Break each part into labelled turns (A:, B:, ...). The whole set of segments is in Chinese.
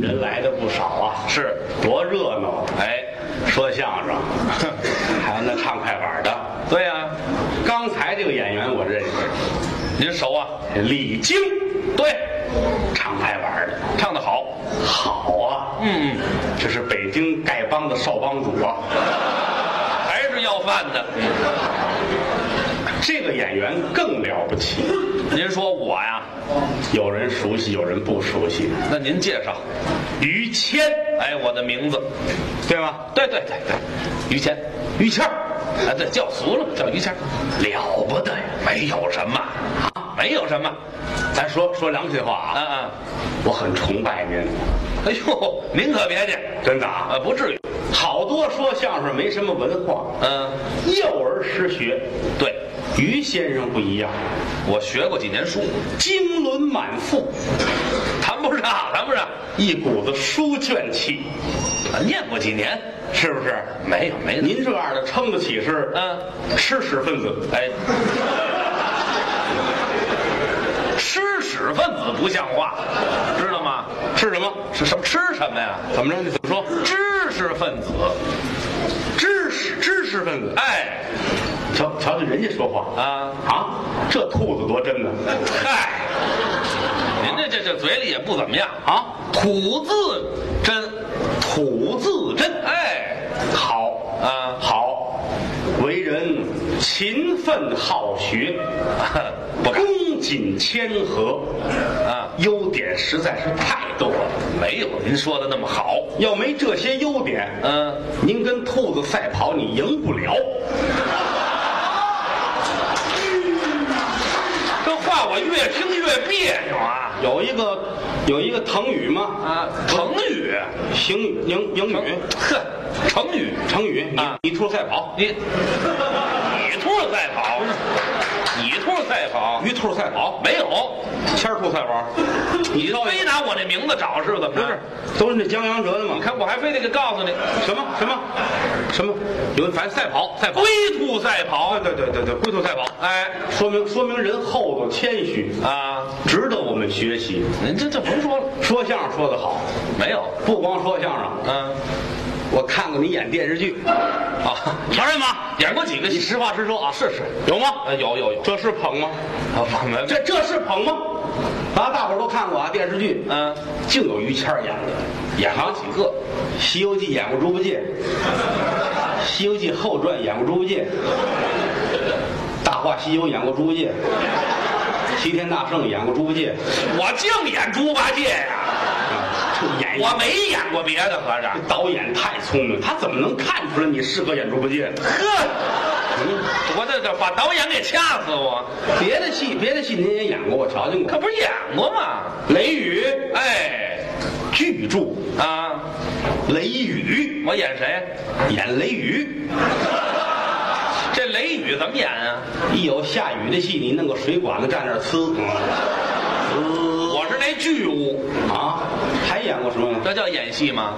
A: 人来的不少啊，
B: 是
A: 多热闹！
B: 哎，
A: 说相 声，还有那唱快板的。
B: 对呀、
A: 刚才这个演员我认识，
B: 您熟啊？
A: 李菁，
B: 对，
A: 唱快板的，
B: 唱的好。
A: 好啊！
B: 嗯，
A: 这是北京丐帮的少帮主啊。
B: 还是要饭的。
A: 这个演员更了不起，
B: 您说我呀？
A: 有人熟悉，有人不熟悉。
B: 那您介绍。
A: 于谦，
B: 哎，我的名字，
A: 对吗？
B: 对对对对，于谦，
A: 于谦儿，
B: 啊，对，叫俗了，叫于谦，
A: 了不得呀！
B: 没有什么，啊，没有什么，
A: 咱说说良心话
B: 啊
A: 啊，
B: 啊，
A: 我很崇拜您，
B: 哎呦，您可别介，
A: 真的啊。
B: 啊，不至于，
A: 好多说相声没什么文化，
B: 嗯，
A: 幼儿失学。
B: 对，
A: 于先生不一样，
B: 我学过几年书，
A: 经纶满腹，
B: 谈不上，谈不上，
A: 一股子书卷气，
B: 啊念过几年，
A: 是不是？
B: 没有没有，
A: 您这样的称得起是
B: 嗯，
A: 吃屎分子，
B: 哎，吃屎分子不像话，知道吗？
A: 是什么？
B: 是什么吃什么呀？
A: 怎么着？你怎么说？
B: 知识分子，
A: 知识知识分子。
B: 哎，
A: 瞧瞧瞧人家说话
B: 啊，
A: 啊，这兔子多真呢
B: 嗨，您这这这嘴里也不怎么样啊，
A: 啊！
B: 吐字真，
A: 吐字真
B: 哎，
A: 好
B: 啊
A: 好，为人勤奋好学，
B: 不敢
A: 恭谨谦和，
B: 啊，
A: 优点实在是太多了。
B: 没有您说的那么好，
A: 要没这些优点，
B: 嗯、
A: 您跟兔子赛跑，你赢不了。
B: 这话我越听越别扭啊
A: 有一个有一个成语吗？
B: 啊，成语，
A: 行英英语
B: 呵，成语，
A: 成语，你、
B: 啊
A: 你兔赛跑，
B: 你你兔儿赛跑，你兔儿赛跑，
A: 鱼兔赛跑，
B: 没有，
A: 谦儿兔赛跑，
B: 你非拿我这名字找是怎么
A: 不
B: 着
A: 是？，都是那江洋折的吗？
B: 你看我还非得给告诉你，
A: 什么什么什么？有反正赛跑赛跑，
B: 龟兔赛跑，
A: 对对对对，龟兔赛跑，
B: 哎
A: 说明说明人厚道谦虚，
B: 啊，
A: 值得我们学习。
B: 您这这甭说了，
A: 说相声说得好，
B: 没有，
A: 不光说相声，啊
B: 嗯，
A: 我看过你演电视剧，
B: 啊，
A: 承认吗？
B: 演过几个
A: 你
B: 戏？
A: 实话实说啊，
B: 是是，
A: 有吗？
B: 啊，有有有，
A: 这是捧吗？
B: 啊，我们
A: 这这是捧吗？啊，大伙儿都看过啊，电视剧，
B: 嗯，
A: 净有于谦儿演的，
B: 演了几个，
A: 《西游记》演过猪八戒，《西游记后传》演过猪八戒，《大话西游》演过猪八戒，《齐天大圣》演过猪八戒，
B: 我净演猪八戒呀，
A: 这啊演员
B: 我没演过别的， 合着
A: 这，导演太聪明，他怎么能看出来你适合演猪八戒呢？
B: 呵，
A: 嗯，
B: 我这这把导演给掐死我，
A: 别的戏别的戏您也演过，我瞧见过，
B: 可
A: 《
B: 不是演过吗？
A: 雷雨》
B: 哎，
A: 巨著，
B: 啊，
A: 《雷雨
B: 我演谁？》
A: 演雷雨，
B: 这雷雨怎么演啊？
A: 一有下雨的戏，你弄个水管子站那儿呲，嗯
B: 我是那巨物，
A: 呲啊，还演过什么呀？
B: 这叫演戏吗？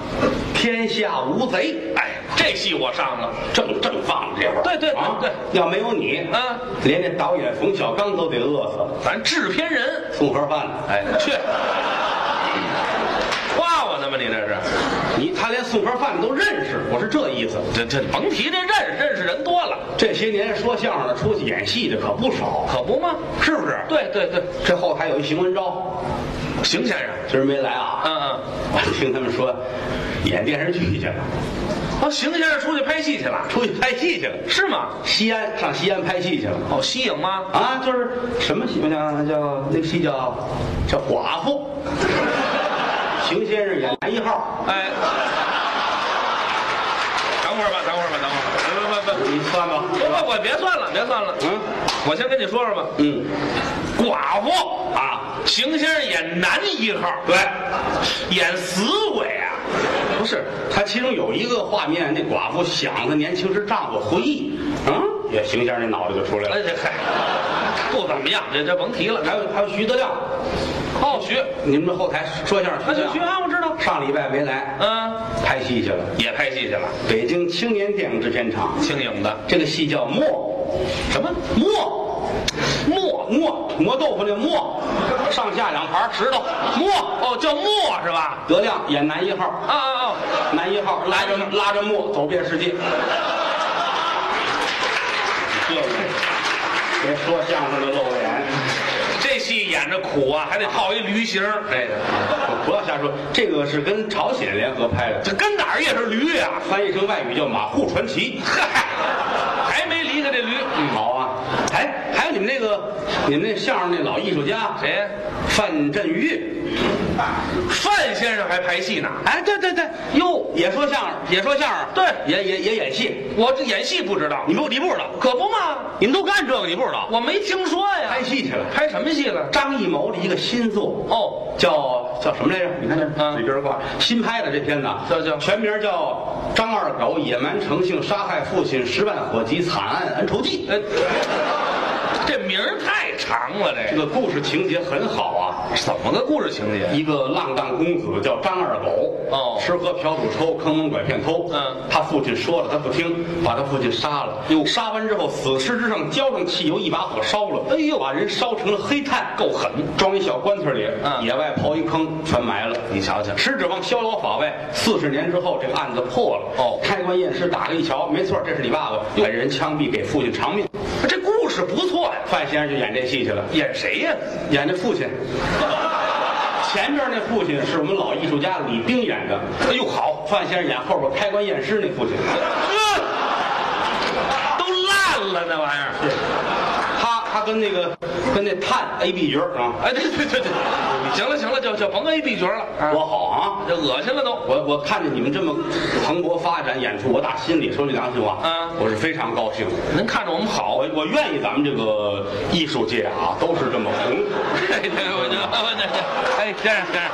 A: 天下无贼，
B: 哎，这戏我上了，
A: 正正放着这会儿。
B: 对对对
A: 啊
B: 对
A: 要没有你，
B: 嗯，
A: 连那导演冯小刚都得饿死，
B: 咱制片人，
A: 送盒饭呢。
B: 哎，去，夸我呢吗？你这是？
A: 你他连送盒饭都认识，我是这意思。
B: 这这甭提这认识认识人多了，
A: 这些年说相声的出去演戏的可不少，
B: 可不吗？
A: 是不是？，
B: 对对对，
A: 这后台有一邢文昭，
B: 邢先生，
A: 今儿没来啊。
B: 嗯嗯，
A: 我听他们说，演电视剧去了，
B: 哦，邢先生出去拍戏去了，
A: 出去拍戏去了，
B: 是吗？
A: 西安上西安拍戏去了。
B: 哦，西影吗？
A: 啊，就是什么戏？我想想，叫那个戏叫叫寡妇，邢先生演男一号。
B: 哎，等会儿吧，等会儿吧，等会儿吧，不不不
A: 你算吧。
B: 不，不不，我别算了，别算了，
A: 嗯
B: 我先跟你说说吧，
A: 嗯
B: 寡妇。
A: 啊，
B: 邢先生演男一号，对，演死鬼啊！
A: 不是，他其中有一个画面，那寡妇想她年轻时丈夫回忆，嗯，也邢先生那脑袋就出来了。
B: 哎，这嗨，不怎么样，这这甭提了。
A: 还有还有徐德亮，
B: 哦，学，
A: 你们这后台说相声，
B: 那就学
A: 德亮
B: 啊，我知道。
A: 上礼拜没来，
B: 嗯，
A: 拍戏去了。
B: 也拍戏去了，
A: 北京青年电影制片厂，
B: 轻影的。
A: 这个戏叫《墨
B: 什么》，
A: 墨磨磨磨豆腐那磨，上下两盘石头
B: 磨哦，叫磨是吧？
A: 德亮演男一号，
B: 啊啊啊！
A: 男一号拉着拉着磨走遍世界。这位，别说相声的露脸，
B: 这戏演着苦啊，还得套一驴形儿，这
A: 哎
B: 个
A: 不要瞎说。这个是跟朝鲜联合拍的，
B: 这跟哪儿也是驴呀、
A: 翻译成外语叫《马户传奇》。
B: 嗨，还没离开这驴。
A: 好啊，哎，还有你们那个，你们那相声那老艺术家
B: 谁呀？
A: 范振钰，
B: 范先生还拍戏呢。
A: 哎，对对对，哟，也说相声，也说相声，也也也演戏，
B: 我这演戏不知道，
A: 你们你不知道，
B: 可不嘛，
A: 你们都干这个，你不知道，
B: 我没听说呀
A: 拍。戏去了。
B: 拍什么戏了？
A: 张艺谋的一个新作
B: 哦，
A: 叫叫什么来着？你看这
B: 嗯
A: 里边挂新拍的这片子啊，
B: 叫叫
A: 全名叫《张二狗野蛮成性杀害父亲十万火急惨案恩仇记》。
B: 呃，这名儿太长了，
A: 这
B: 这
A: 个故事情节很好啊，
B: 怎么个故事情节？
A: 一个浪荡公子叫张二狗，
B: 哦
A: 吃喝嫖赌抽，坑蒙拐骗偷。
B: 嗯
A: 他父亲说了，他不听，把他父亲杀了。
B: 哟
A: 杀完之后，死尸之上浇上汽油，一把火烧了。哎呦，把人烧成了黑炭，够狠。装一小棺材里，
B: 嗯
A: 野外刨一坑，全埋了。
B: 你瞧瞧，
A: 只指望逍遥法外。四十年之后，这个案子破了。
B: 哦
A: 开棺验尸，打开一瞧，没错，这是你爸爸，把人枪毙，给父亲偿命。
B: 这故事不错呀。
A: 范先生就演这戏去了，
B: 演谁呀？
A: 演这父亲。前边那父亲是我们老艺术家李冰演的，
B: 哎呦，好，
A: 范先生演后边开棺验尸那父亲。
B: 呃都烂了那玩意儿。
A: 他他跟那个跟那探 A B 角儿啊，
B: 哎，对对对对，行了行了，就就甭 A B 角了，啊
A: 多好啊！
B: 这恶心了都。
A: 我我看见你们这么蓬勃发展演出，我打心里说句良心话，
B: 嗯
A: 我是非常高兴。
B: 您看着我们好，
A: 我我愿意咱们这个艺术界啊，都是这么红。
B: 哎，对我就我这哎，先生先生，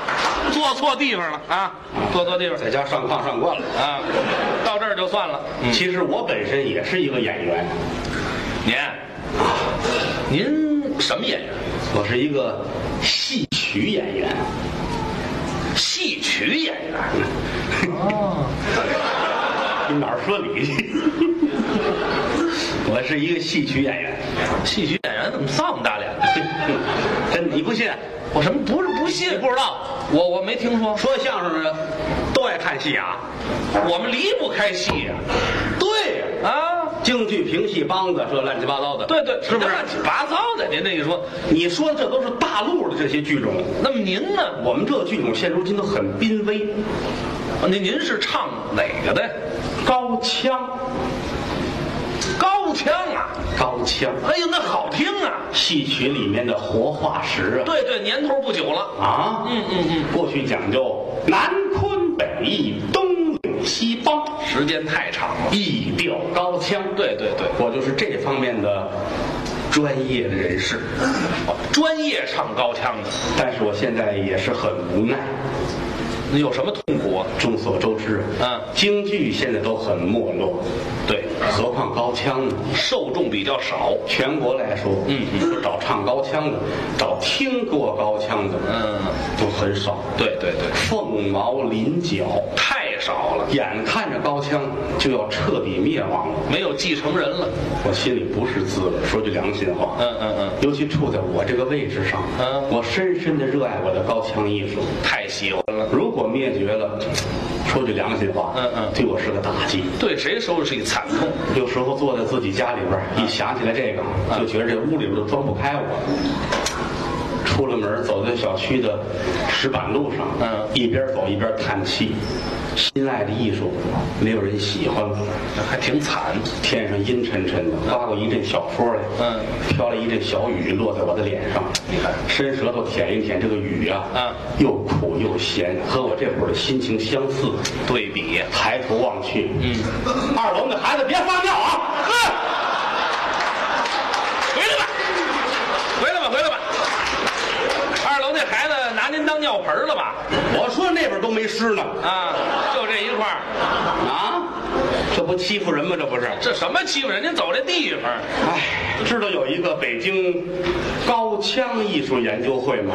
B: 坐错地方了啊，坐错地方
A: 在家上炕上惯了。
B: 啊，到这儿就算了。
A: 其实我本身也是一个演员，
B: 您您什么演员？
A: 我是一个戏曲演员。
B: 戏曲演员。哦
A: 你哪儿说理去？ 我是一个戏曲演员，
B: 戏曲演员怎么这么大脸呢？
A: 真的你不信？
B: 我什么不是不信？不知道，我我没听说。
A: 说相声的都爱看戏啊。
B: 我们离不开戏呀、
A: 对呀，
B: 啊，
A: 京剧、评戏、梆子，这乱七八糟的。
B: 对对，
A: 是不是？
B: 乱七八糟的？您这一说，
A: 你说的这都是大陆的这些剧种，
B: 那么您呢？
A: 我们这剧种现如今都很濒危。
B: 您您是唱哪个的呀？
A: 高腔，
B: 高腔啊！
A: 高腔，
B: 哎呦，那好听啊！
A: 戏曲里面的活化石啊。
B: 对对，年头不久了。
A: 啊，
B: 嗯嗯嗯，
A: 过去讲究南昆北弋，东岭西梆，
B: 时间太长了。
A: 一调高腔。
B: 对对对，
A: 我就是这方面的专业的人士，
B: 专业唱高腔的，
A: 但是我现在也是很无奈。
B: 那有什么痛苦啊？
A: 众所周知，啊
B: 嗯
A: 京剧现在都很没落，
B: 对，
A: 何况高腔呢？
B: 受众比较少。
A: 全国来说，
B: 嗯
A: 你说找唱高腔的，找听过高腔的，
B: 嗯，
A: 都很少，
B: 对对对，
A: 凤毛麟角。
B: 太少了，
A: 眼看着高腔就要彻底灭亡了，
B: 没有继承人了。
A: 我心里不是滋味。说句良心话，
B: 嗯嗯嗯，
A: 尤其处在我这个位置上，
B: 嗯
A: 我深深的热爱我的高腔艺术。
B: 太喜欢了。
A: 如果灭绝了，说句良心话，
B: 嗯嗯
A: 对我是个打击。
B: 对谁收拾是一惨痛。
A: 有时候坐在自己家里边儿，一想起来这个，
B: 嗯
A: 就觉得这屋里边都装不开我。出了门儿，走在小区的石板路上，
B: 嗯
A: 一边走一边叹气，心爱的艺术没有人喜欢，
B: 还挺惨。
A: 天上阴沉沉的，刮过一阵小风来，
B: 嗯，
A: 飘来一阵小雨，落在我的脸上。
B: 你看
A: 伸舌头舔一舔这个雨啊，
B: 嗯，
A: 又苦又咸，和我这会儿的心情相似。
B: 对比，
A: 抬头望去，嗯，二楼那孩子别撒尿啊！呵，
B: 回来吧，回来吧，回来吧。二楼那孩子拿您当尿盆儿了吧？
A: 我说那边都没湿呢，
B: 啊，就这一块儿，
A: 啊，这不欺负人吗？这不是？
B: 这什么欺负人？您走这地方，
A: 哎，知道有一个北京高腔艺术研究会吗？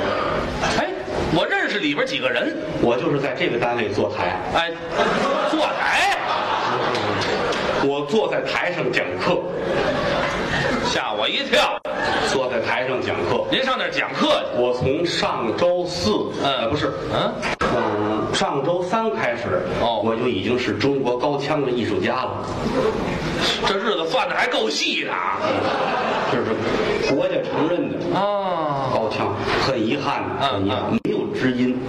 B: 哎，我认识里边几个人，
A: 我就是在这个单位坐台，
B: 哎，坐哎台，
A: 我坐在台上讲课。
B: 吓我一跳。
A: 坐在台上讲课。
B: 您上那儿讲课去。
A: 我从上周四，
B: 嗯
A: 呃，不是，
B: 嗯，
A: 嗯，上周三开始，
B: 哦
A: 我就已经是中国高腔的艺术家了，
B: 这日子算的还够细的啊。
A: 这是国家承认的
B: 哦，
A: 高腔。很遗憾，
B: 嗯
A: 很遗憾，没有知音，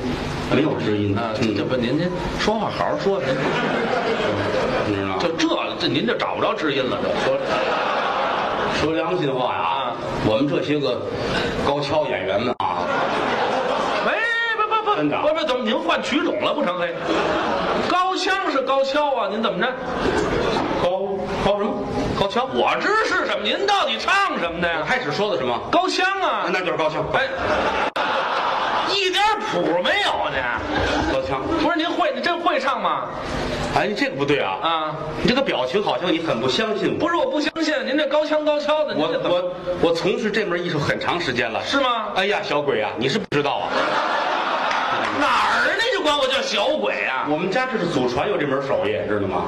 A: 没有知音，
B: 啊，
A: 嗯，
B: 这不您您说话好好说，您
A: 你知道吗？
B: 就这这您就找不着知音了，这说
A: 说良心话呀，啊，
B: 嗯
A: 我们这些个高跷演员们啊，
B: 没哎不不不
A: 真的啊
B: 不不怎么您换曲种了不成？嘿，哎高腔是高跷啊，您怎么着？
A: 高高什么？
B: 高跷，我知是什么，您到底唱什么的呀？
A: 开始说的什么？
B: 高腔啊，
A: 那就是高跷，
B: 哎，一点谱没有呢。
A: 高跷。
B: 不是您会，你真会唱吗？
A: 哎，你这个不对啊！
B: 啊，
A: 你这个表情好像你很不相信我。
B: 不是，我不相信您这高腔高跷的，您
A: 我
B: 这怎么
A: 我我从事这门艺术很长时间了。
B: 是吗？
A: 哎呀，小鬼啊，你是不知道啊，
B: 哪儿呢？就管我叫小鬼啊？
A: 我们家这是祖传有这门手艺，知道吗？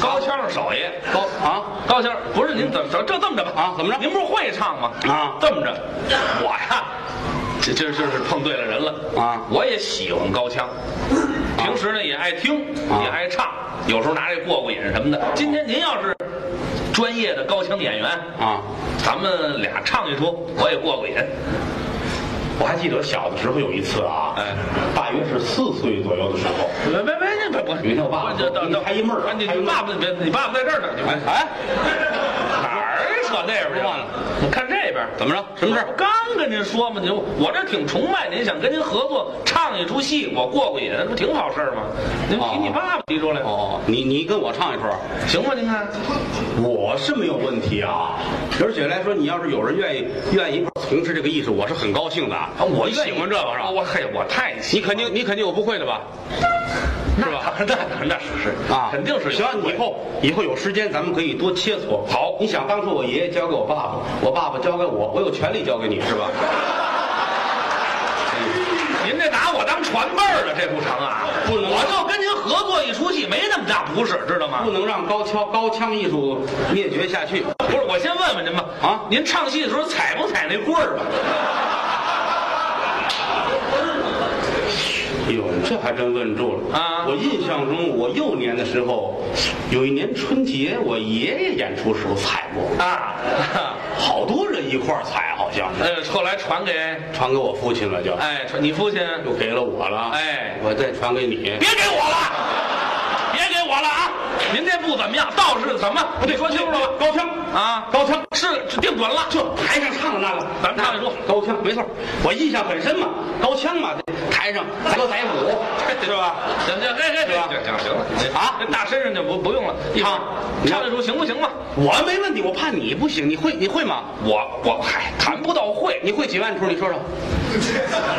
B: 高腔是手艺，
A: 高啊
B: 高腔不是您怎么着？这这么着吧
A: 啊怎么着
B: 您不是会唱吗？
A: 啊
B: 这么着，我呀，这这这是碰对了人了
A: 啊
B: 我也喜欢高腔，平时呢也爱听，
A: 啊
B: 也爱唱，有时候拿这过过瘾什么的。今天您要是专业的高腔演员，
A: 啊！
B: 咱们俩唱一出，我也过过瘾。
A: 我还记得小的时候有一次啊，
B: 哎，
A: 大约是四岁左右的时候，
B: 别别别，你别我
A: 你看我爸爸
B: 这等
A: 你
B: 等
A: 开一闷儿
B: 啊你
A: 开一
B: 你
A: 闷儿
B: 爸爸别你爸爸在这儿呢，你
A: 哎哎，
B: 哪儿啊扯那边去
A: 忘了？
B: 我看这边。
A: 怎么着？什么事儿？
B: 刚跟您说嘛，您我这挺崇拜您，想跟您合作唱一出戏，我过过瘾，这不挺好事儿吗？您提你爸爸提出来，
A: 哦，你你跟我唱一出儿，
B: 行吗？您看，
A: 我是没有问题啊。而且来说，你要是有人愿意愿意一块儿从事这个艺术，我是很高兴的。啊
B: 我
A: 你喜欢这个是吧？
B: 我嘿，我太喜
A: 你
B: 欢
A: 肯定你肯定有不会的吧？
B: 是吧？那那那是是
A: 啊，
B: 肯定是
A: 行，以后以后有时间咱们可以多切磋。好，你想当初我爷爷教给我爸爸，我爸爸教给我，我有权利教给你是 吧？
B: 您这拿我当传辈儿了，这不成啊！
A: 不能
B: 我就跟您合作一出戏，没那么大不是，知道吗
A: 不？能让高跷高腔艺术灭绝下去。
B: 不是，我先问问您吧，
A: 啊
B: 您唱戏的时候踩不踩那棍儿吧？
A: 哎呦，你这还真问住了
B: 啊
A: 我印象中，我幼年的时候，有一年春节，我爷爷演出时候踩过，
B: 啊，
A: 好多人一块儿踩，好像是
B: 呃，后来传给
A: 传给我父亲了就，
B: 哎，传你父亲，
A: 又给了我了。
B: 哎
A: 我再传给你。
B: 别给我了，别给我了啊！您这不怎么样，道士怎么？我得说清楚了吧？
A: 高腔
B: 啊
A: 高腔。
B: 是这定准了，
A: 这台上唱的那个，
B: 咱们唱一出
A: 高腔，没错，我印象很深嘛，高腔嘛，台上
B: 哎
A: 载歌载舞，是吧？
B: 行行，嘿嘿，
A: 是吧
B: 行行行了
A: 啊
B: 这大身上就不不用了，一会儿
A: 唱
B: 唱一出行不行吧？
A: 我没问题，我怕你不行，你会你会吗？
B: 我我嗨，谈不到会，
A: 你会几万出？你说说，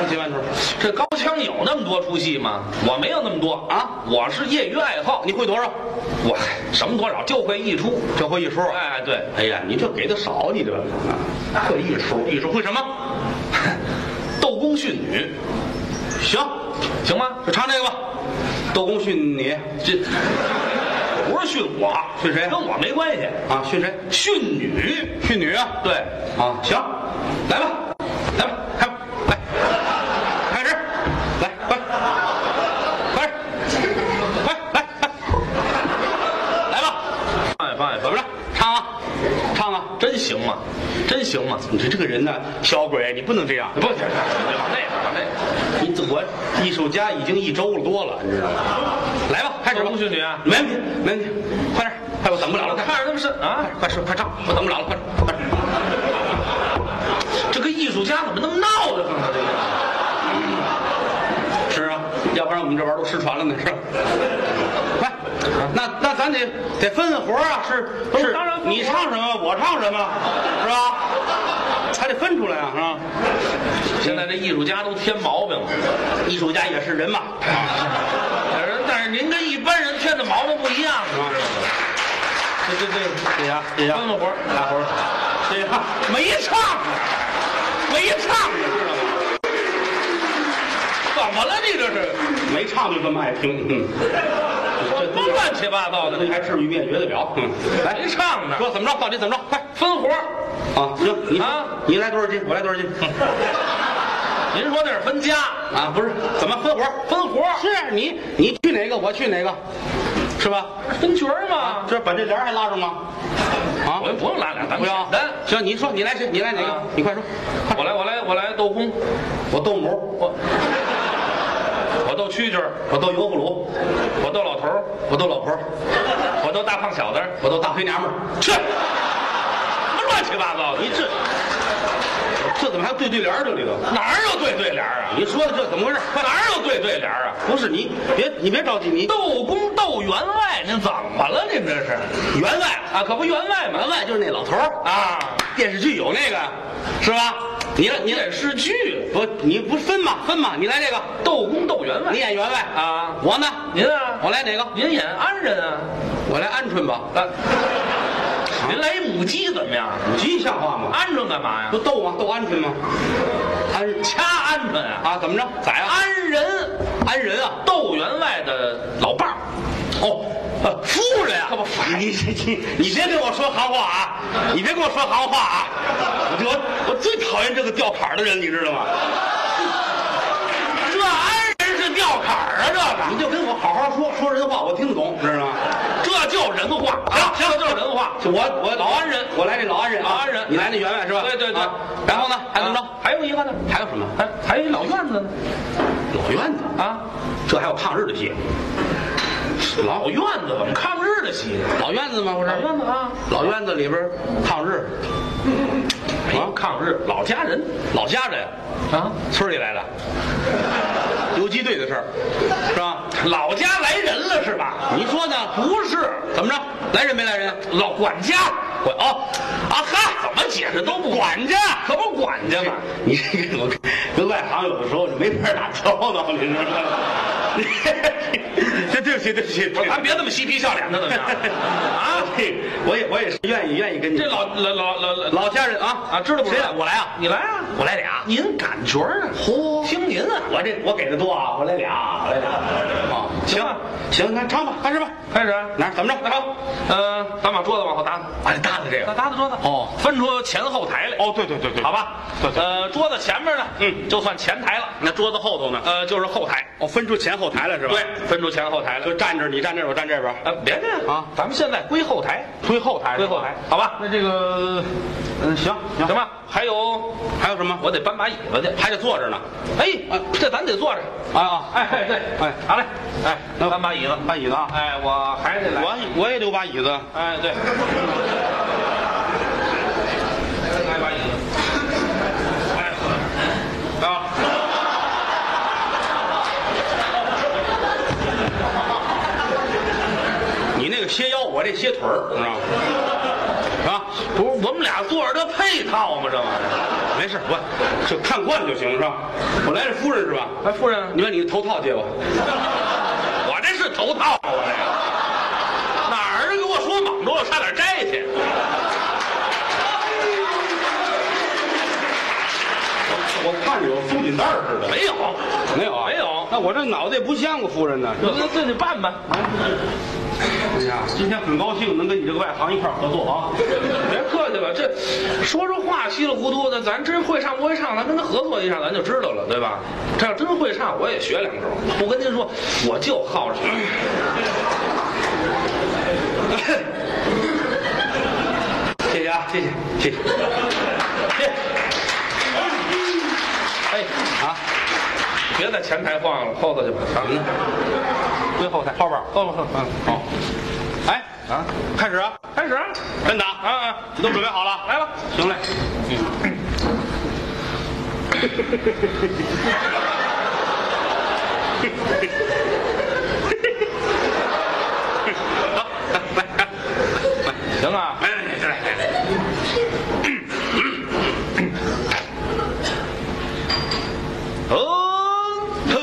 A: 会几万出？
B: 这高腔有那么多出戏吗？我没有那么多
A: 啊，
B: 我是业余爱好，
A: 你会多少？
B: 我嗨什么多少就会一出，
A: 这会一出。
B: 哎对，
A: 哎呀，你这给的少，你这啊，会一出，一出
B: 会什么？ 斗公训女，
A: 行，
B: 行吗？
A: 就唱这个吧。窦公训你啊
B: 这不是训我，
A: 训谁
B: 跟我没关系，
A: 啊？训谁？
B: 训女。
A: 训女啊？
B: 对，
A: 啊，行，来吧，来吧，开吧，来，开始，来，快，快，快，来，来，来吧，
B: 放下放下，
A: 怎么着？唱啊，唱啊！
B: 真行吗？真行吗？
A: 你这这个人呢，小鬼，你不能这样。
B: 不行，往那边往那边，
A: 你怎么艺术家已经一周了多了，你知道吗？来吧，开始吧
B: 功，勋女啊，
A: 没问题，没问题，快点，快，我等不了了，快，
B: 看着他们是啊，
A: 快说，快唱，我等不了了，快点，快点。
B: 这个艺术家怎么那么闹腾呢？这个
A: 是啊，要不然我们这玩意儿都失传了呢，是吧。来，那那咱得得分分活儿啊，是是，
B: 当然分活儿
A: 你唱什么，我唱什么，是吧？还得分出来啊，是吧？
B: 现在这艺术家都添毛病了，
A: 艺术家也是人嘛，
B: 但是但是您跟一般人添的毛病不一样，
A: 是吧？
B: 这这这
A: 谢谢啊，谢谢
B: 分
A: 啊，
B: 个活儿
A: 大伙儿，谢谢啊，
B: 没唱呢，没唱呢，知道吗？怎么了？你这是
A: 没唱就这么爱听，嗯，
B: 什么乱七八糟的？
A: 这
B: 你
A: 还至于灭绝得了？嗯，来，
B: 没唱呢，
A: 说怎么着，到底怎么着？快，
B: 分活儿
A: 啊，行，你
B: 啊
A: 你来多少斤，我来多少斤
B: 您说那是分家，
A: 啊？不是，怎么分活儿？
B: 分活儿，
A: 是啊你你去哪个，我去哪个，是吧？
B: 分角儿嘛。
A: 这把这帘儿还拉上吗？啊，
B: 我不用拉俩，咱
A: 不
B: 们
A: 要
B: 简单。。
A: 行，你说你来谁？你来哪
B: 啊
A: 个？你快说。
B: 我来，我来，我来斗公，
A: 我斗谋，
B: 我我斗蛐蛐儿，
A: 我斗油葫芦，
B: 我斗老头儿，
A: 我斗老婆，
B: 我斗大胖小子儿，
A: 我斗大肥娘们儿。
B: 去，什么乱七八糟的，
A: 你这这怎么还对对联儿这里头？
B: 哪儿有对对联儿啊？
A: 你说的这怎么回事？
B: 哪儿有对对联儿啊？
A: 不是你别你别着急，你
B: 斗公斗员外，您怎么了？您这是员外啊，可不员外吗？
A: 门外就是那老头儿，
B: 啊，
A: 电视剧有那个是吧？你来你来
B: 电视剧
A: 不你不分嘛分嘛，你来这个，
B: 斗公斗员外，
A: 你演员外啊，
B: 啊，
A: 我呢，
B: 您啊，
A: 我来哪个？
B: 您演安人啊，
A: 我来鹌鹑吧，
B: 啊，您来一母鸡怎么样？
A: 吉像话吗？
B: 鹌鹑干嘛呀
A: 不？逗吗？逗鹌鹑吗？鹌
B: 掐鹌鹑啊，
A: 啊怎么着？咋样？
B: 安人
A: 安人啊？
B: 窦员外的老伴儿，
A: 哦， 呃夫人啊
B: 可不，
A: 你你你别跟我说行话啊！你别跟我说行话啊！我我最讨厌这个掉坎儿的人，你知道吗？
B: 这安人是掉坎儿啊，
A: 你就跟我好好说说人话，我听得懂，知道吗？
B: 这个这叫人话啊，这叫人话。
A: 就我我
B: 老安人
A: 我来这老安人啊，
B: 老安人
A: 你来那员外是吧？
B: 对对对
A: 啊然后呢，还怎么
B: 啊
A: 着？
B: 还有一个呢，
A: 还有什么？
B: 还还有一老院子呢
A: 老院子，
B: 啊，
A: 这还有抗日的戏，老
B: 老院子怎么抗日的戏呢？
A: 老院子吗？不是
B: 老院子啊，
A: 老院子里边抗日，
B: 没抗日，老家人
A: 老家人，
B: 啊，
A: 村里来的，游击队的事儿，是吧？
B: 老家来人了是吧？
A: 你说呢？
B: 不是，
A: 怎么着？来人没来人？
B: 老管家，
A: 我哦，啊哈，
B: 怎么解释都不管，
A: 管家。
B: 可不是管家嘛。
A: 你这个我跟外行有的时候你没法打交道，你知道吗？ 这对不起，对不起，
B: 我咱别这么嬉皮笑脸的，怎么样？ 啊，
A: 我也我也是愿意愿意跟你
B: 这老老老老老
A: 老家人啊
B: 啊，知道不知
A: 谁
B: 道？
A: 来？我来啊，
B: 你来啊，
A: 我来俩。
B: 您赶角儿啊，
A: 嚯
B: 听您啊，
A: 我这我给的多啊，我来俩，我来俩。啊，行行，那唱吧，开始吧。
B: 开始啊，
A: 哪怎么着？
B: 那好，呃，咱把桌子往后搭搭，
A: 我得哎搭的这
B: 搭。搭子桌子，
A: 哦
B: 分出前后台来，
A: 哦，对对对对，
B: 好
A: 好吧。
B: 吧
A: 对，对
B: 呃，桌子前面呢，
A: 嗯
B: 就算前台了，
A: 那桌子后头呢？
B: 呃，就是后台，
A: 哦，分出前后台来是吧？
B: 对，，分出前后台来
A: 就，站这儿，你站这儿，我站这边。
B: 呃，别这样
A: 啊
B: 咱们现在归后台，
A: 推后台，
B: 归后台，好吧，
A: 那这个，嗯，行行
B: 行吧，还有
A: 还有什么？
B: 我得搬把椅子去，
A: 还得坐着呢。
B: 哎
A: 啊，
B: 这咱得坐着，
A: 啊啊，
B: 哎哎对，
A: 哎
B: 好嘞，哎，
A: 那
B: 搬把椅子，
A: 搬椅子啊！
B: 哎，我还得来，
A: 我我也留把椅子。
B: 哎，对。来把椅子。哎，啊。
A: 你那个歇腰，我这歇腿儿，你知道吗？啊，
B: 不是，我们俩坐着这配套吗？这玩意儿。
A: 没事，我就看惯就行，是吧？我来这夫人是吧？
B: 哎，夫人，
A: 你把你的头套借我。
B: 我这是头套啊，我这个。哪儿给我说莽着了，差点摘去。
A: 我看着有松紧带儿似的。
B: 没有，
A: 没有啊？
B: 没有
A: 那我这脑袋也不像个夫人呢。
B: 那自己办吧。
A: 哎呀，今天很高兴能跟你这个外行一块儿合作啊。
B: 别客气了，这说说话稀里糊涂的，咱真会唱不会唱，咱跟他合作一下，咱就知道了，对吧？这要真会唱，我也学两首。不跟您说，我就好 这。
A: 谢谢啊，谢谢，谢谢。
B: 哎，
A: 啊，
B: 别在前台晃了，后头去吧。咱们呢？
A: 归后台，后边儿。
B: 后头，嗯，
A: 好。哎，
B: 啊，
A: 开始啊，
B: 开始啊，
A: 真的
B: 啊
A: 啊，
B: 啊，
A: 你都准备好了？
B: 来吧。
A: 行嘞。
B: 行啊，
A: 来来来来来来。
B: 哦，呵，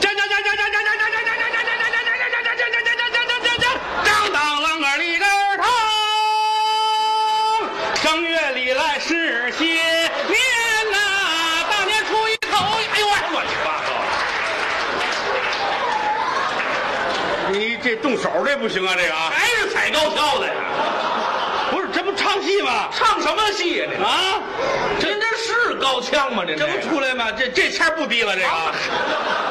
A: 加加加加加加加加加加加加加加加加加加加加加加加张当啷个里个儿堂，正月里来是新年呐，大年初一头，哎呦喂，
B: 乱七八糟，
A: 你这动手这不行啊，这个啊，
B: 哎还是踩高跷的呀？
A: 不是这不唱唱戏吗？
B: 唱什么戏呀、你？
A: 啊，
B: 这您这是高腔吗？您
A: 这
B: 这
A: 不出来吗？这这腔不低了，这个，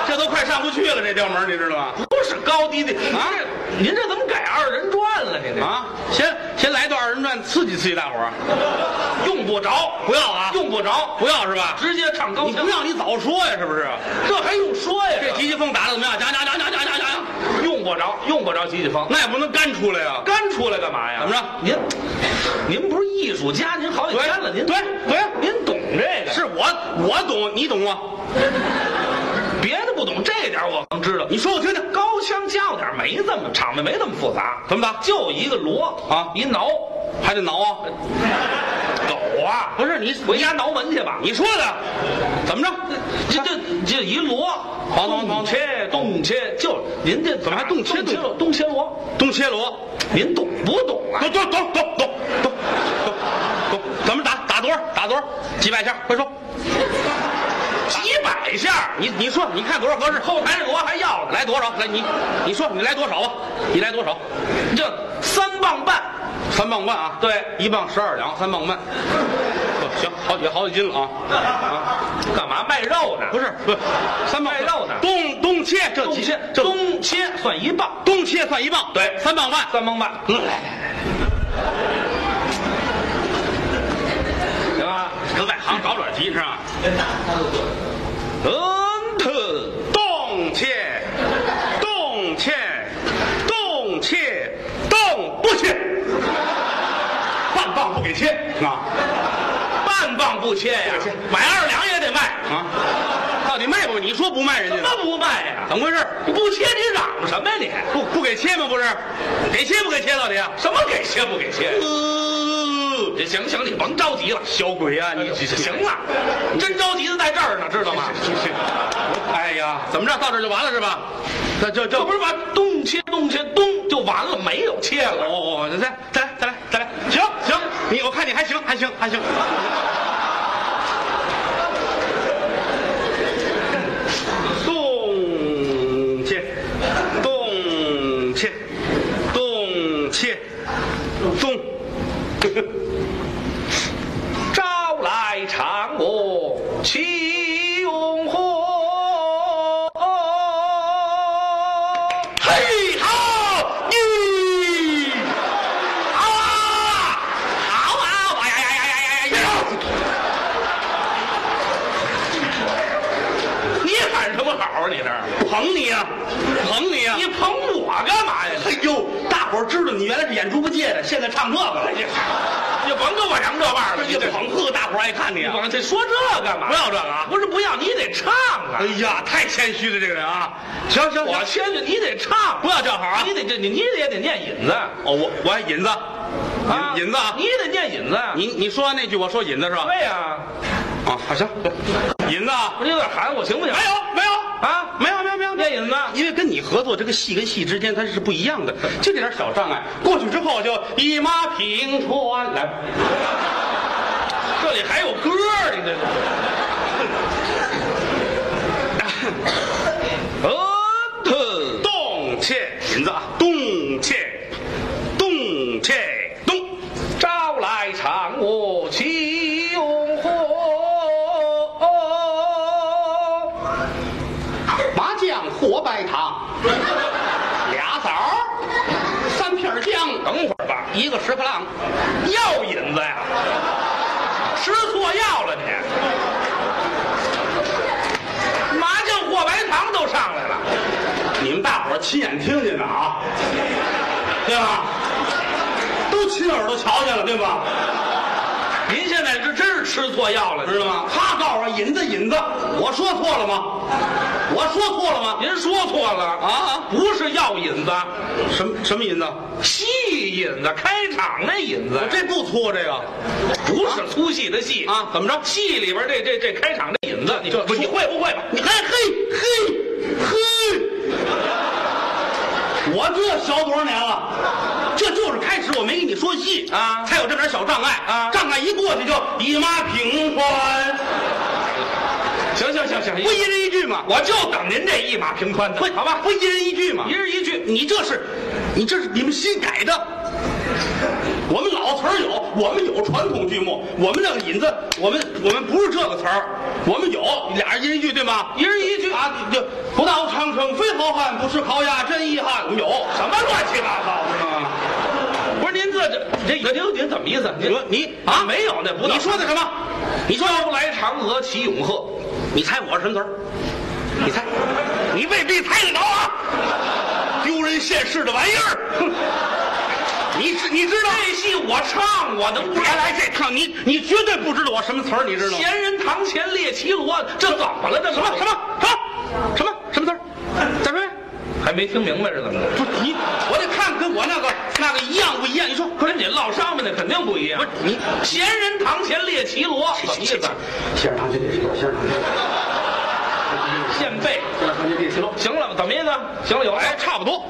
A: 这都快上不去了，这调门儿你知道吗？
B: 不是高低的
A: 啊
B: 啊？您这怎么改二人转了？您这
A: 啊，先先来段二人转，刺激刺激大伙儿，
B: 用不着，
A: 不要啊，
B: 用不着，
A: 不要是吧？
B: 直接唱高
A: 你
B: 腔
A: 不，要你早说呀，是不是？
B: 这还用说呀？
A: 这急急风打的怎么样？讲讲讲讲讲讲讲，
B: 用不着，用不着急急风，
A: 那也不能干出来呀、
B: 干出来干嘛呀？
A: 怎么着？
B: 您，您不是艺术家，您好几
A: 对
B: 天了，您
A: 对对
B: 您懂这个？
A: 是我我懂，你懂啊吗？
B: 别的不懂，这点我能知道。
A: 你说我听听，
B: 高腔教点没这么场面，没那么复杂，
A: 怎么打？
B: 就一个锣
A: 啊
B: 一挠，
A: 还得挠啊？
B: 狗啊，
A: 不是你
B: 回家挠门去吧。
A: 你说的，怎么着？啊
B: 这这这一锣，
A: 好好好
B: 动切动切，就您这怎
A: 么还动切
B: 动切动切锣？
A: 东切锣，
B: 您懂不懂啊？
A: 咚咚咚咚咚咚咚咚，怎么打？打多少？打多少？几百下？快说！
B: 几百下，
A: 你你说，你看多少合适？
B: 后台这锣还要呢，
A: 来多少？来你你说你来多少吧？啊你来多少？
B: 这三磅半，
A: 三磅半啊？
B: 对
A: 一磅十二两，三磅半。哦行，好几好几斤了啊！
B: 干嘛卖肉呢？
A: 不
B: 是
A: 是不是，三磅
B: 卖肉呢
A: 东东切这
B: 动
A: 几
B: 切
A: 这
B: 东切算一磅，
A: 东切算一磅，
B: 对
A: 三磅半。
B: 三磅 半，
A: 嗯来来来，
B: 行吧？
A: 跟啊外行找点急是啊吧？
B: 嗯，特
A: 动切，动切，动切，动不切，半磅不给切啊
B: 半磅不切呀
A: 不切，
B: 买二两也得卖，
A: 啊！到底卖不？你说不卖人家
B: 怎
A: 呢
B: 么？不卖呀？
A: 怎么回事？
B: 不切你嚷什么呀你？
A: 不不给切吗？不是，给切不给切？到底？啊
B: 什么给切不给切？
A: 呃，
B: 这行行，你甭着急了。
A: 小鬼啊，你
B: 行，了，真着急的在这儿呢，知道吗？
A: 哎呀，怎么着？到这就完了是吧？那这这
B: 这不是把东切东切东就完了，没有切
A: 我
B: 了。
A: 我我哦再再来再来再来，行行，你我看你还行还行还行，动切，动切，动切， 动，
B: 朝来长我起永和，
A: 嘿好你，
B: 好啊，好啊！哎呀呀呀呀呀呀！你喊什么好啊？你这儿
A: 捧你呀、捧你呀、
B: 你捧我干嘛呀？
A: 嘿呦，大伙儿知道你原来是演猪八戒的，现在唱这个了，
B: 你甭跟我扬这腕儿了，
A: 你
B: 你
A: 这
B: 这
A: 捧呵，大伙儿爱看你
B: 你
A: 啊。
B: 甭这说这干嘛？
A: 不要这个啊
B: 不是不要，你得唱啊
A: 哎！呀，太谦虚了，这个人啊！行行
B: 我
A: 行，
B: 谦虚，你得唱，
A: 不要叫好啊！
B: 你得这你你也得念引子啊！
A: 哦，我我还引子，引引子啊！
B: 你也得念引子啊！
A: 你你说完那句，我说引子是吧？
B: 对呀，
A: 啊，好行，引子啊！
B: 你有点喊我行不行？
A: 没有没有
B: 啊，
A: 没有没有没有
B: 念引子，
A: 啊因为跟你合作，这个戏跟戏之间它是不一样的，就这点小障碍，过去之后就一马平川来。
B: 这里还有歌儿，你这 是。嗯特
A: 动切引子啊，动切，动切动，
B: 朝来长我起永和，
A: 麻酱和白糖，俩枣儿，三片儿姜，
B: 等会儿吧，
A: 一个十克浪，
B: 要引子呀，吃错药了你。麻将和白糖都上来了，
A: 你们大伙儿亲眼听见的啊，对吧？都亲耳朵瞧见了，对吧？
B: 您现在这真是吃错药了，
A: 知道吗？他告诉我引子引子，我说错了吗？我说错了吗？
B: 您说错了
A: 啊
B: 不是药引子，
A: 什么什么引子？
B: 戏引子，开场那引子
A: 我，这不粗，这个
B: 不是粗戏的戏
A: 啊怎么着
B: 戏里边这这这开场这引子，你
A: 这
B: 不你会不会吧？
A: 你还嘿嘿嘿，我这学多少年了？这就是开始我没跟你说戏
B: 啊
A: 才有这点小障碍
B: 啊
A: 障碍一过去就一马平川，
B: 行行行行，
A: 不一人一句吗？
B: 我就等您这一马平川的，
A: 不，
B: 好吧？
A: 不一人一句吗
B: 一？人一句，
A: 你这是，你这是你们新改的。我们老词儿有，我们有传统剧目，我们那个引子，我们我们不是这个词儿，我们有俩人一人一句对吗？
B: 一人一句
A: 啊，就不到长城非好汉，不吃烤鸭真遗憾。我们有什么乱七八糟的吗？
B: 不是您这这这您您怎么意思？您
A: 你说你
B: 啊没有那不到
A: 你说的什么？
B: 你说要不来长河起永鹤，
A: 你猜我是什么词儿？你猜，你未必猜得着啊！丢人现世的玩意儿！哼你知你知道
B: 这戏我唱我能
A: 别来这套，你你绝对不知道我什么词儿，你知道吗？
B: 闲人堂前列绮罗，这怎么了？这
A: 什么什么什么什么什么词儿？再说一遍。
B: 还没听明白是怎么着？
A: 不是你，我得看跟我那个那个一样不一样。你说，
B: 跟你烙上面的肯定不一样。
A: 你
B: 闲人堂前列绮罗，什么意思？
C: 先上去得去，先上去，
B: 献贝。
C: 先上去得去。
B: 行了，怎么意思？行了，有
A: 哎，
B: 哎，
A: 差不多，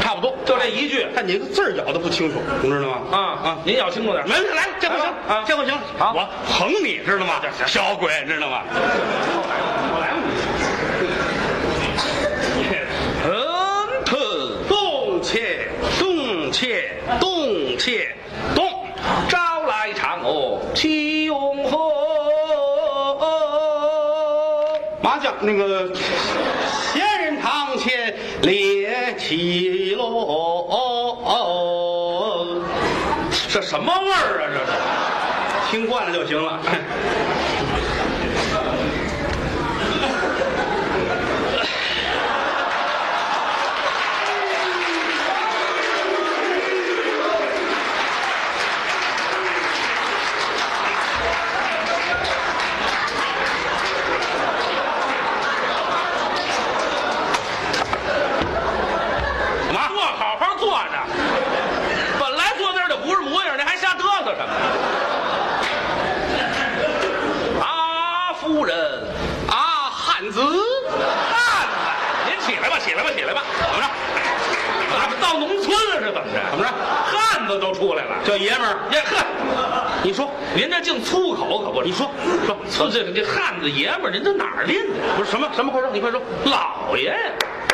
A: 差不多。
B: 就这一句
A: 但你这字儿咬的不清楚，你知道吗？
B: 啊啊！您要清楚点
A: 没。问题，来，这回行
B: 啊
A: 这回行。
B: 好
A: 我横你知道吗？小鬼，知道吗？
B: 嗯，特
A: 动切，动切，动切，动。
B: 朝来长哦，起永和。
A: 麻将那个闲人堂前列起喽。
B: 这什么味儿啊？这是。
A: 听惯了就行了。
B: 干嘛？坐好好坐着，本来坐那儿就不是模样，您还瞎嘚瑟什么？阿夫人，
A: 啊，汉子，
B: 汉子，您起来吧，起来吧，起来吧，怎么着？怎么到农村了是怎么着？
A: 怎么着
B: 汉子都出来了，
A: 这爷们儿，
B: 呀呵，
A: 你说
B: 您这净粗口可不是？
A: 你说
B: 说，这这这汉子爷们儿，您这哪儿练的？
A: 不是什么什么？快说，你快说。
B: 老爷呀，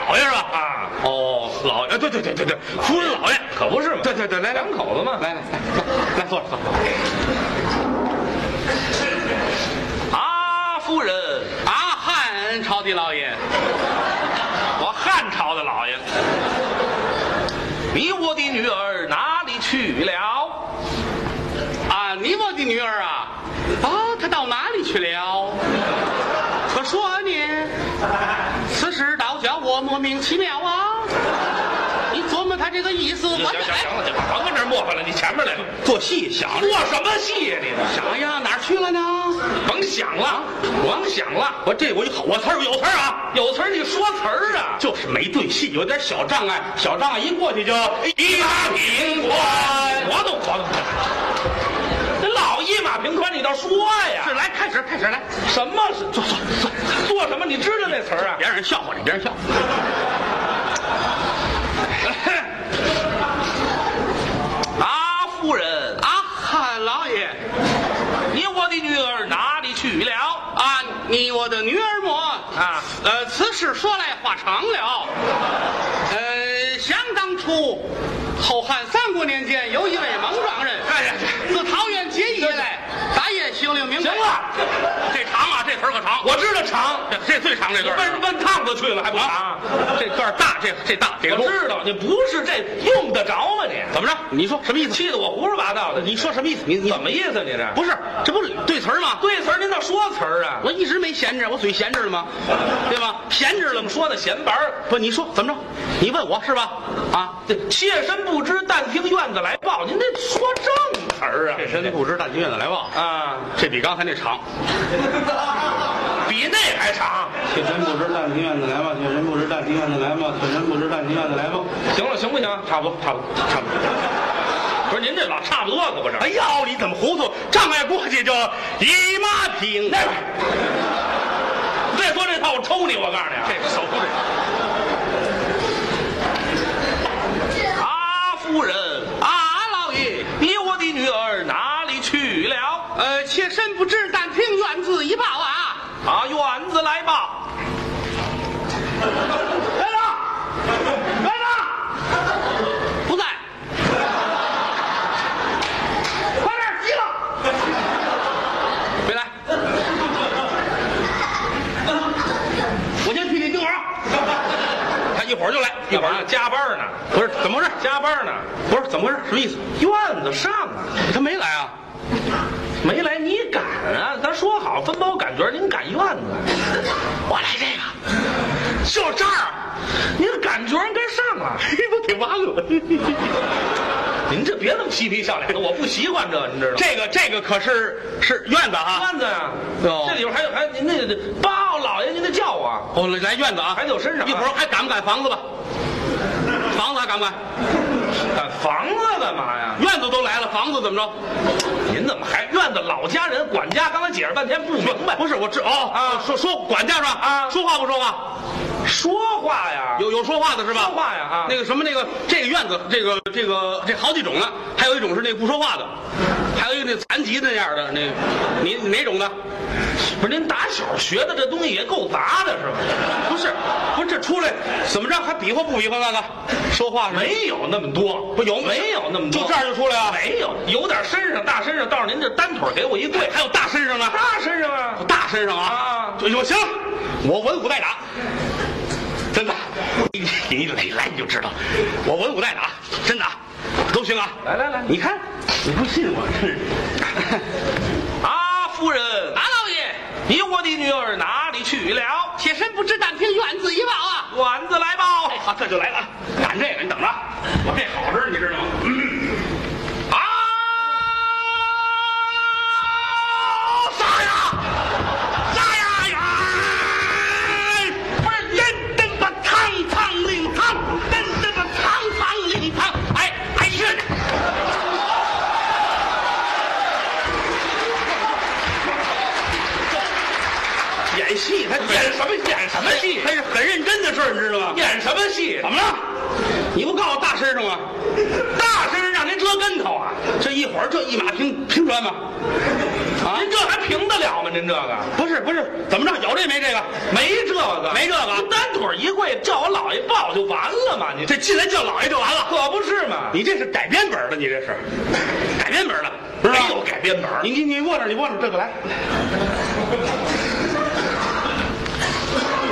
A: 老爷是吧？
B: 啊，
A: 哦，老爷，对对对对对，夫人老爷，
B: 可不是嘛？
A: 对对对，来来
B: 两口子嘛。
A: 来来 来来坐着坐着。
B: 阿夫人，
A: 啊，汉朝的老爷，
B: 我汉朝的老爷，你我的女儿哪里去了？
A: 啊，你我的女儿啊，啊，她到哪里去了？可说呢，此事倒叫我莫名其妙啊！你琢磨她这个意思，
B: 行
A: 我
B: 行行了，就甭跟这儿磨叽了，你前面来吧。
A: 做戏想
B: 做什么戏
A: 啊
B: 呀、你
A: 想呀，哪儿去了呢？
B: 甭想了，甭想了，
A: 我这我有我词儿有词儿啊。
B: 有词儿你说词儿啊。
A: 就是没对戏，有点小障碍，小障碍一过去就一马平川。
B: 活动活动。这老一马平川，你倒说呀？
A: 来，开始，开始，来，
B: 什么是做做做做什么？你知道那词儿啊？
A: 别让人笑话你，别让人笑。
B: 阿夫人，
A: 啊，汉老爷，
B: 你我的女儿哪里去了？
A: 啊，你我的女儿么？
B: 啊
A: 呃，此事说来话长了。呃，想当初，后汉三国年间，有一位莽撞人，
B: 哎呀，
A: 自桃园结义以来，打也修令明。
B: 行，了，
A: 这长啊，这词儿可长，
B: 我知道长。
A: 这这最长这
B: 你
A: 段
B: 奔
A: 儿。
B: 奔趟子去了还不
A: 啊
B: 长？，
A: 这段大，这这大，这
B: 我
A: 路
B: 知道你不是这用得着吗？你
A: 怎么着？你说什么意思？
B: 气得我胡说八道的。
A: 你说什么意思？你你
B: 怎么意思？你这
A: 不是？这不是对词儿吗？
B: 对词儿，您倒说词儿啊？
A: 我一直没闲着，我嘴闲着了吗？对吧？闲着了
B: 怎么
A: 吗？
B: 说的闲白儿？
A: 不，你说怎么着？你问我是吧？啊，
B: 这妾身不知，但听院子来报。您这说正词儿啊？
A: 这身不知大金院子来往，
B: 啊，
A: 这比刚才那 长。
B: 比那还长。
C: 铁身不知蛋皮院子来吧，铁身不知蛋皮院子来吧，铁身不知蛋皮院子来吧。
B: 行了，行不行？
A: 差不多，差不多，差不多。
B: 不是您这老差不多可不是？
A: 哎呦，你怎么糊涂？障碍过去就一马平川。
B: 再说这套我抽你！我告诉你啊，
A: 这手指
B: 阿夫人，
A: 啊，老爷，
B: 你我的女儿哪里去了？
A: 呃，妾身不知，但听院子一报啊。
B: 啊，院子来
A: 来吧，来吧，来吧，不在， 快点急了，别来， 我先去你啊盯会儿，
B: 他一会儿就来，一会儿就加班呢，
A: 不是怎么回事？
B: 加班呢，
A: 不是怎么回事？什么意思？
B: 院子上啊，
A: 他没来啊？
B: 没来你赶啊？咱说好分包赶角，您赶院子，啊
A: 我来这个，就这儿，
B: 您赶角儿该上了。
A: 这不挺完了吗？
B: 您这别那么嬉皮笑脸的，我不习惯这，您知道吗？
A: 这个这个可是是院子啊，
B: 院子呀、
A: 哦
B: 这里边还有还您那个八号老爷，您得叫我，
A: 哦，来院子啊，
B: 还得有身上啊
A: 一会儿还赶不赶房子吧？房子还赶不赶？
B: 赶呃房子干嘛呀？
A: 院子都来了，房子怎么着？
B: 您怎么还院子老家人管家？刚才解释半天不明白，
A: 不是我知哦
B: 哎啊
A: 说说管家是吧？
B: 啊
A: 说话不说话？
B: 说话呀，
A: 有有说话的是吧？
B: 说话呀啊
A: 那个什么那个这个院子这个这个这好几种呢，还有一种是那个不说话的，还有一个那残疾那样的那个，你你哪种的？
B: 不是您打小学的这东西也够杂的是吧？
A: 不是不是这出来怎么着还比划不比划那个？说话是吧
B: 没有那么多，
A: 不有吗
B: 没有那么多，
A: 就这儿就出来了？
B: 没有，有点身上大身上，到时候您这单腿给我一跪，
A: 还有大身上呢？
B: 大身上啊
A: 我，大身上啊
B: 啊！
A: 就就行了，我文武代打，真的，你你来来你就知道，我文武代打，真的啊都行啊！
B: 来来来
A: 你看，你不信我真是。
B: 啊，夫人，
D: 马老爷，
B: 你我的女儿哪里去了？
D: 妾身不知，但凭院子一报啊。
B: 丸子来报
A: 哎，好，这就来了，啊！赶这个你等着，我这好着呢，你知道吗？嗯啊！杀呀！杀呀呀！
D: 不是，真真把苍苍领苍，真真把苍苍领苍。哎哎呀！
B: 演戏，他演什么演什么戏？
A: 这是很认真的事儿，你知道吗？
B: 演什么戏？
A: 怎么了？你不告诉我大身上吗？大身上让您折跟头啊！这一会儿这一马平平川吗？啊，
B: 您这还评得了吗？您这个
A: 不是不是，怎么着？有这没这个？
B: 没这个，
A: 没这个
B: 您单腿一跪，叫我姥爷抱就完了嘛？你这
A: 这进来叫老爷就完了。
B: 可不是嘛？
A: 你这是改编本的，你这是改编本的，不是
B: 没有改编本儿
A: 你你你握着，你握着这个来。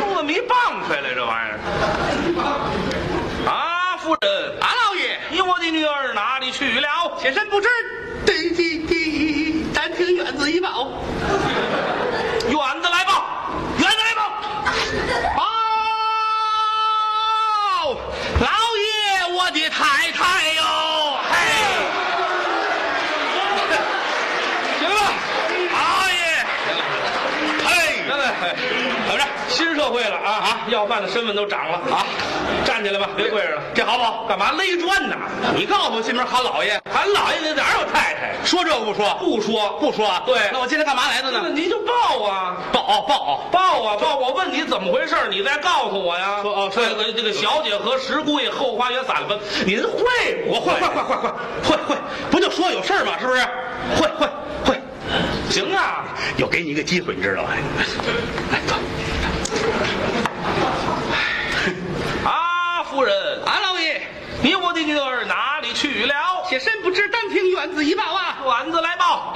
B: 弄了没棒槌来这玩意儿。啊，夫人，
D: 马老爷，
B: 你我的女儿哪里去了？
D: 妾身不知，这这这，但凭院子一报。
B: 远的来报，远的来报。
D: 哦，老爷，我的太太哟、嘿，
A: 行了，
D: 老爷，
A: 嘿，
B: 来来来，
A: 怎么着？
B: 新社会了啊啊！要饭的身份都涨了啊！站起来吧，别跪着了。
A: 这好不好？
B: 干嘛勒砖呢？
A: 你告诉我进门喊老爷，
B: 俺姥爷那哪有太太？
A: 说这个不说，
B: 不说
A: 不说啊？
B: 对
A: 那我今天干嘛来的
B: 那
A: 呢？
B: 您就报啊，
A: 报哦报哦。
B: 报啊报！我问你怎么回事，你再告诉我呀。
A: 说哦说
B: 这个这个小姐和石姑爷后花园散分，您会不
A: 我会会会会会会会，不就说有事儿吗？是不是？会会会，
B: 行啊？
A: 又给你一个机会，你知道吗？来走，
B: 啊，夫人，
D: 马老爷，
B: 你我的女儿哪里去了？
D: 妾身不知，但凭院子一报啊。
B: 丸子来报。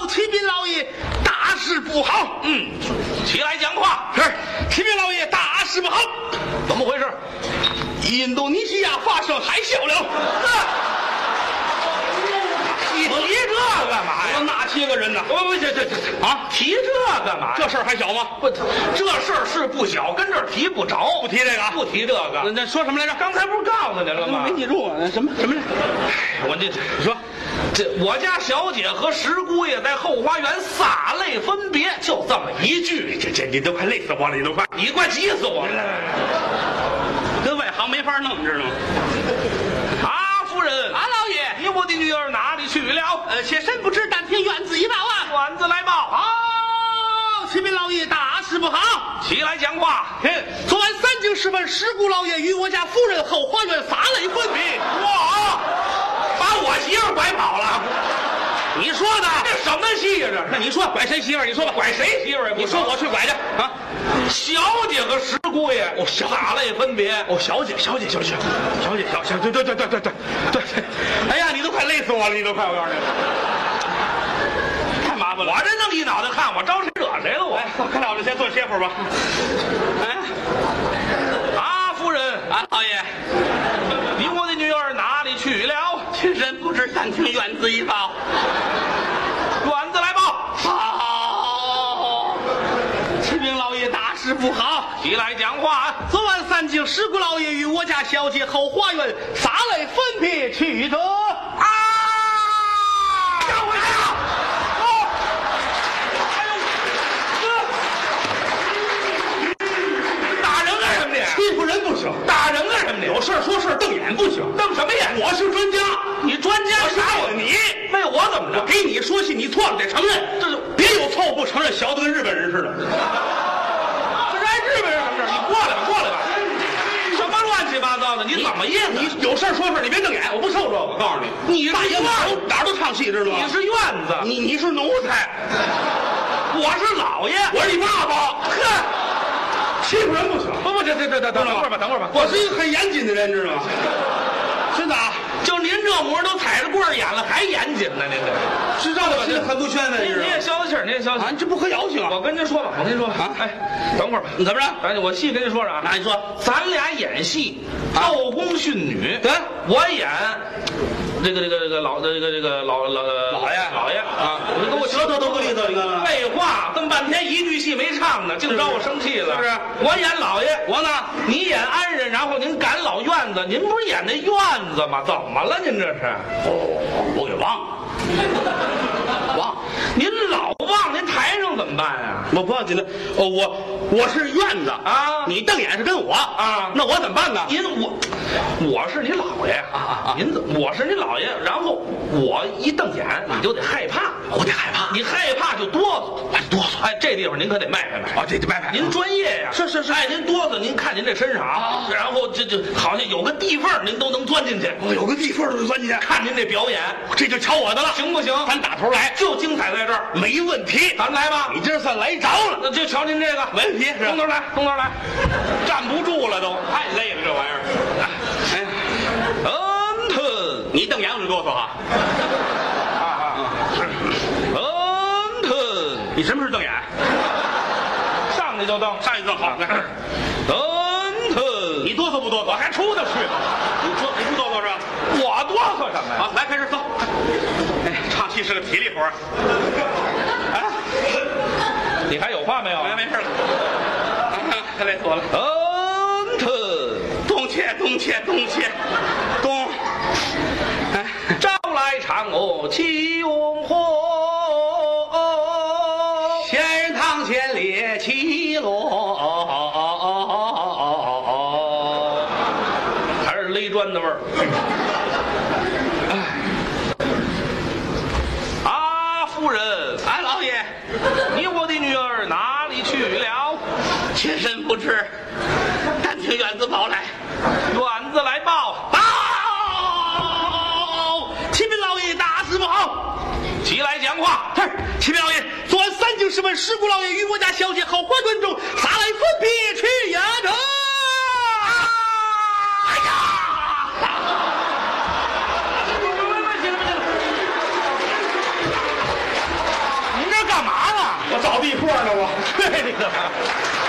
D: 哦，启禀老爷，大事不好！嗯，
B: 起来讲话。
D: 是，启禀老爷，大事不好！
B: 怎么回事？
D: 印度尼西亚发生海啸
A: 啊
D: 了！
B: 提这干嘛呀？
A: 哪些个人呢？
B: 不不，这这这啊，提这干嘛呀？
A: 这事儿还小吗？
B: 不，这事儿是不小，跟这儿提不着。
A: 不提这个啊
B: 不提这
A: 那
B: 个。
A: 那说什么来着？
B: 刚才不是告诉您了吗？
A: 住啊？什么什么来？
B: 我这
A: 你说，
B: 这我家小姐和石姑爷在后花园洒泪分别，就这么一句，
A: 这这你都快累死我了，你都快
B: 你快急死我了！
A: 跟外行没法弄，你知道吗？
B: 啊，夫人，
D: 马嗯老爷，
B: 你我的女儿哪里去了？
D: 呃，妾身不知，但凭院子一报啊！
B: 丸子来报，
D: 哦，启禀老爷，大事不好！
B: 起来讲话。
D: 昨晚三更时分，石姑老爷与我家夫人后花园洒泪分别。
B: 哇，把我媳妇儿拐跑了。你说的这什么戏呀、这
A: 那你说拐谁媳妇儿？你说吧，
B: 拐谁媳妇儿也不
A: 你说我去拐去啊？
B: 小姐和石姑爷，我小哪类分别？
A: 哦，小姐，小姐，小姐，小姐，小小对对对对对对对对，哎呀，你都快累死我了，你都快，我告诉你，太麻烦了。
B: 我这弄一脑袋汗，我招谁惹谁了？我
A: 哎，看来我就先坐歇会儿吧。哎，
B: 啊，夫人，
D: 啊，老爷，
B: 你我的女儿哪里去了？
D: 君臣不知，但听远子一报。
B: 软子来报，
D: 好，启禀老爷，大事不好。
B: 起来讲话啊！
D: 昨晚三更，石姑老爷与我家小姐后花园洒泪分别曲折。啊！
B: 干回去啊！打人干什么你？
A: 欺负人不行，
B: 打人干什么你？
A: 有事儿说事儿，瞪眼不行。
B: 瞪什么眼？
A: 我是专家，
B: 你专家
A: 我是
B: 打
A: 为了你
B: 为我怎么着？
A: 给你说戏，你错了得承认，
B: 这就
A: 别有错误不承认，学的跟日本人似的。
B: 这是按日本人什么事儿？你过来吧，过来吧。什么乱七八糟的？你怎么意思？
A: 你有事儿说事儿，你别瞪眼，我不受这个。我告诉你，
B: 你
A: 大
B: 是
A: 爷
B: 院
A: 哪
B: 子
A: 儿，哪儿都唱戏，知道吗
B: 你？是院子，
A: 你你是奴才，
B: 我是老爷。
A: 我是你爸爸，
B: 呵，
A: 欺负人不行。
B: 不不，这这这这等等会儿吧，等会儿吧。
A: 我是一个很严谨的人，知道吗？真的啊，
B: 就您这模样都踩着棍儿演了，还严谨呢？您这，
A: 是让我心里很不宣
D: 哎
A: 愤，知道
B: 您也
A: 吗？
B: 消消气儿，您也消消
A: 啊，
B: 气
A: 你
B: 儿。
A: 这不可要求啊！
B: 我跟您说吧，我跟您说吧。
A: 啊
B: 哎，等会儿吧。
A: 你怎么着？
B: 哎，我细跟您说说啊。
A: 那你说，
B: 咱俩演戏，
A: 啊
B: 斗公训女。
A: 对
B: 我演这个这个这个老这个这个老老
A: 老爷
B: 老爷
A: 啊
B: 你给我
C: 舌头都不利索，你看看。
B: 废话，这么半天一句戏没唱呢，净招我生气了。
A: 是不是
B: 我演老爷，
A: 我呢？
B: 你演安人，然后您赶老院子，您不是演那院子吗？怎么了？您这是？
A: 哦我给忘了，忘了，
B: 您老忘您台上怎么办呀、
A: 我不要紧的。哦，我我是院子
B: 啊
A: 你瞪眼是跟我
B: 啊
A: 那我怎么办呢？
B: 您我我是你姥爷啊，您怎我是你姥爷，然后我一瞪眼你就得害怕，
A: 啊我得害怕
B: 你害怕就哆嗦，哆嗦。哎，这地方您可得迈开迈。
A: 啊！这这拜拜，
B: 您专业呀、
A: 是是是
B: 哎，您哆嗦，您看您这身上啊，然后这就好像有个地缝儿，您都能钻进去。
A: 我哦有个地缝儿就钻进去，
B: 看您这表演
A: 这就瞧我的了。
B: 行不行？
A: 咱打头来，
B: 就精彩在这儿，
A: 没问题。
B: 咱们来吧
A: 你。今儿算来着了，
B: 那就瞧您这个，
A: 没问题是
B: 东头来，东 头来，站不住了都。
A: 太累了这玩意儿。 哎呀，啊
B: 嗯腾，
A: 你瞪眼我就哆嗦啊！
B: 嗯腾。
A: 你什么时候瞪眼？
B: 上去就嗯蹬，
A: 上一个好，来，
B: 蹬 腾，
A: 你哆嗦不哆嗦？我还出得去。 你说你不哆嗦是吧？
B: 我哆嗦什么呀？
A: 好，来开始走。哎，唱戏是个体力活儿。
B: 你还有话没有？
A: 哎，没事了。啊累死我了。
B: 蹬腾，
A: 冬切冬切冬切，冬。哎，
B: 朝来嫦娥起拥火，
A: 仙人堂前列七落。
B: 还是勒砖的味儿。哎啊，夫人，
A: 俺老爷，
B: 你我的女儿哪里去了？
A: 妾身不知，但听远子跑来。
B: 院子来报，
A: 报，启禀老爷，大事不好！
B: 起来讲话。
A: 是，启禀老爷，昨晚三更时分，石鼓老爷与我家小姐好花观中，撒来分别去呀者。哎呀，
B: 您这干嘛呢？
A: 我找地铺呢，我去你的！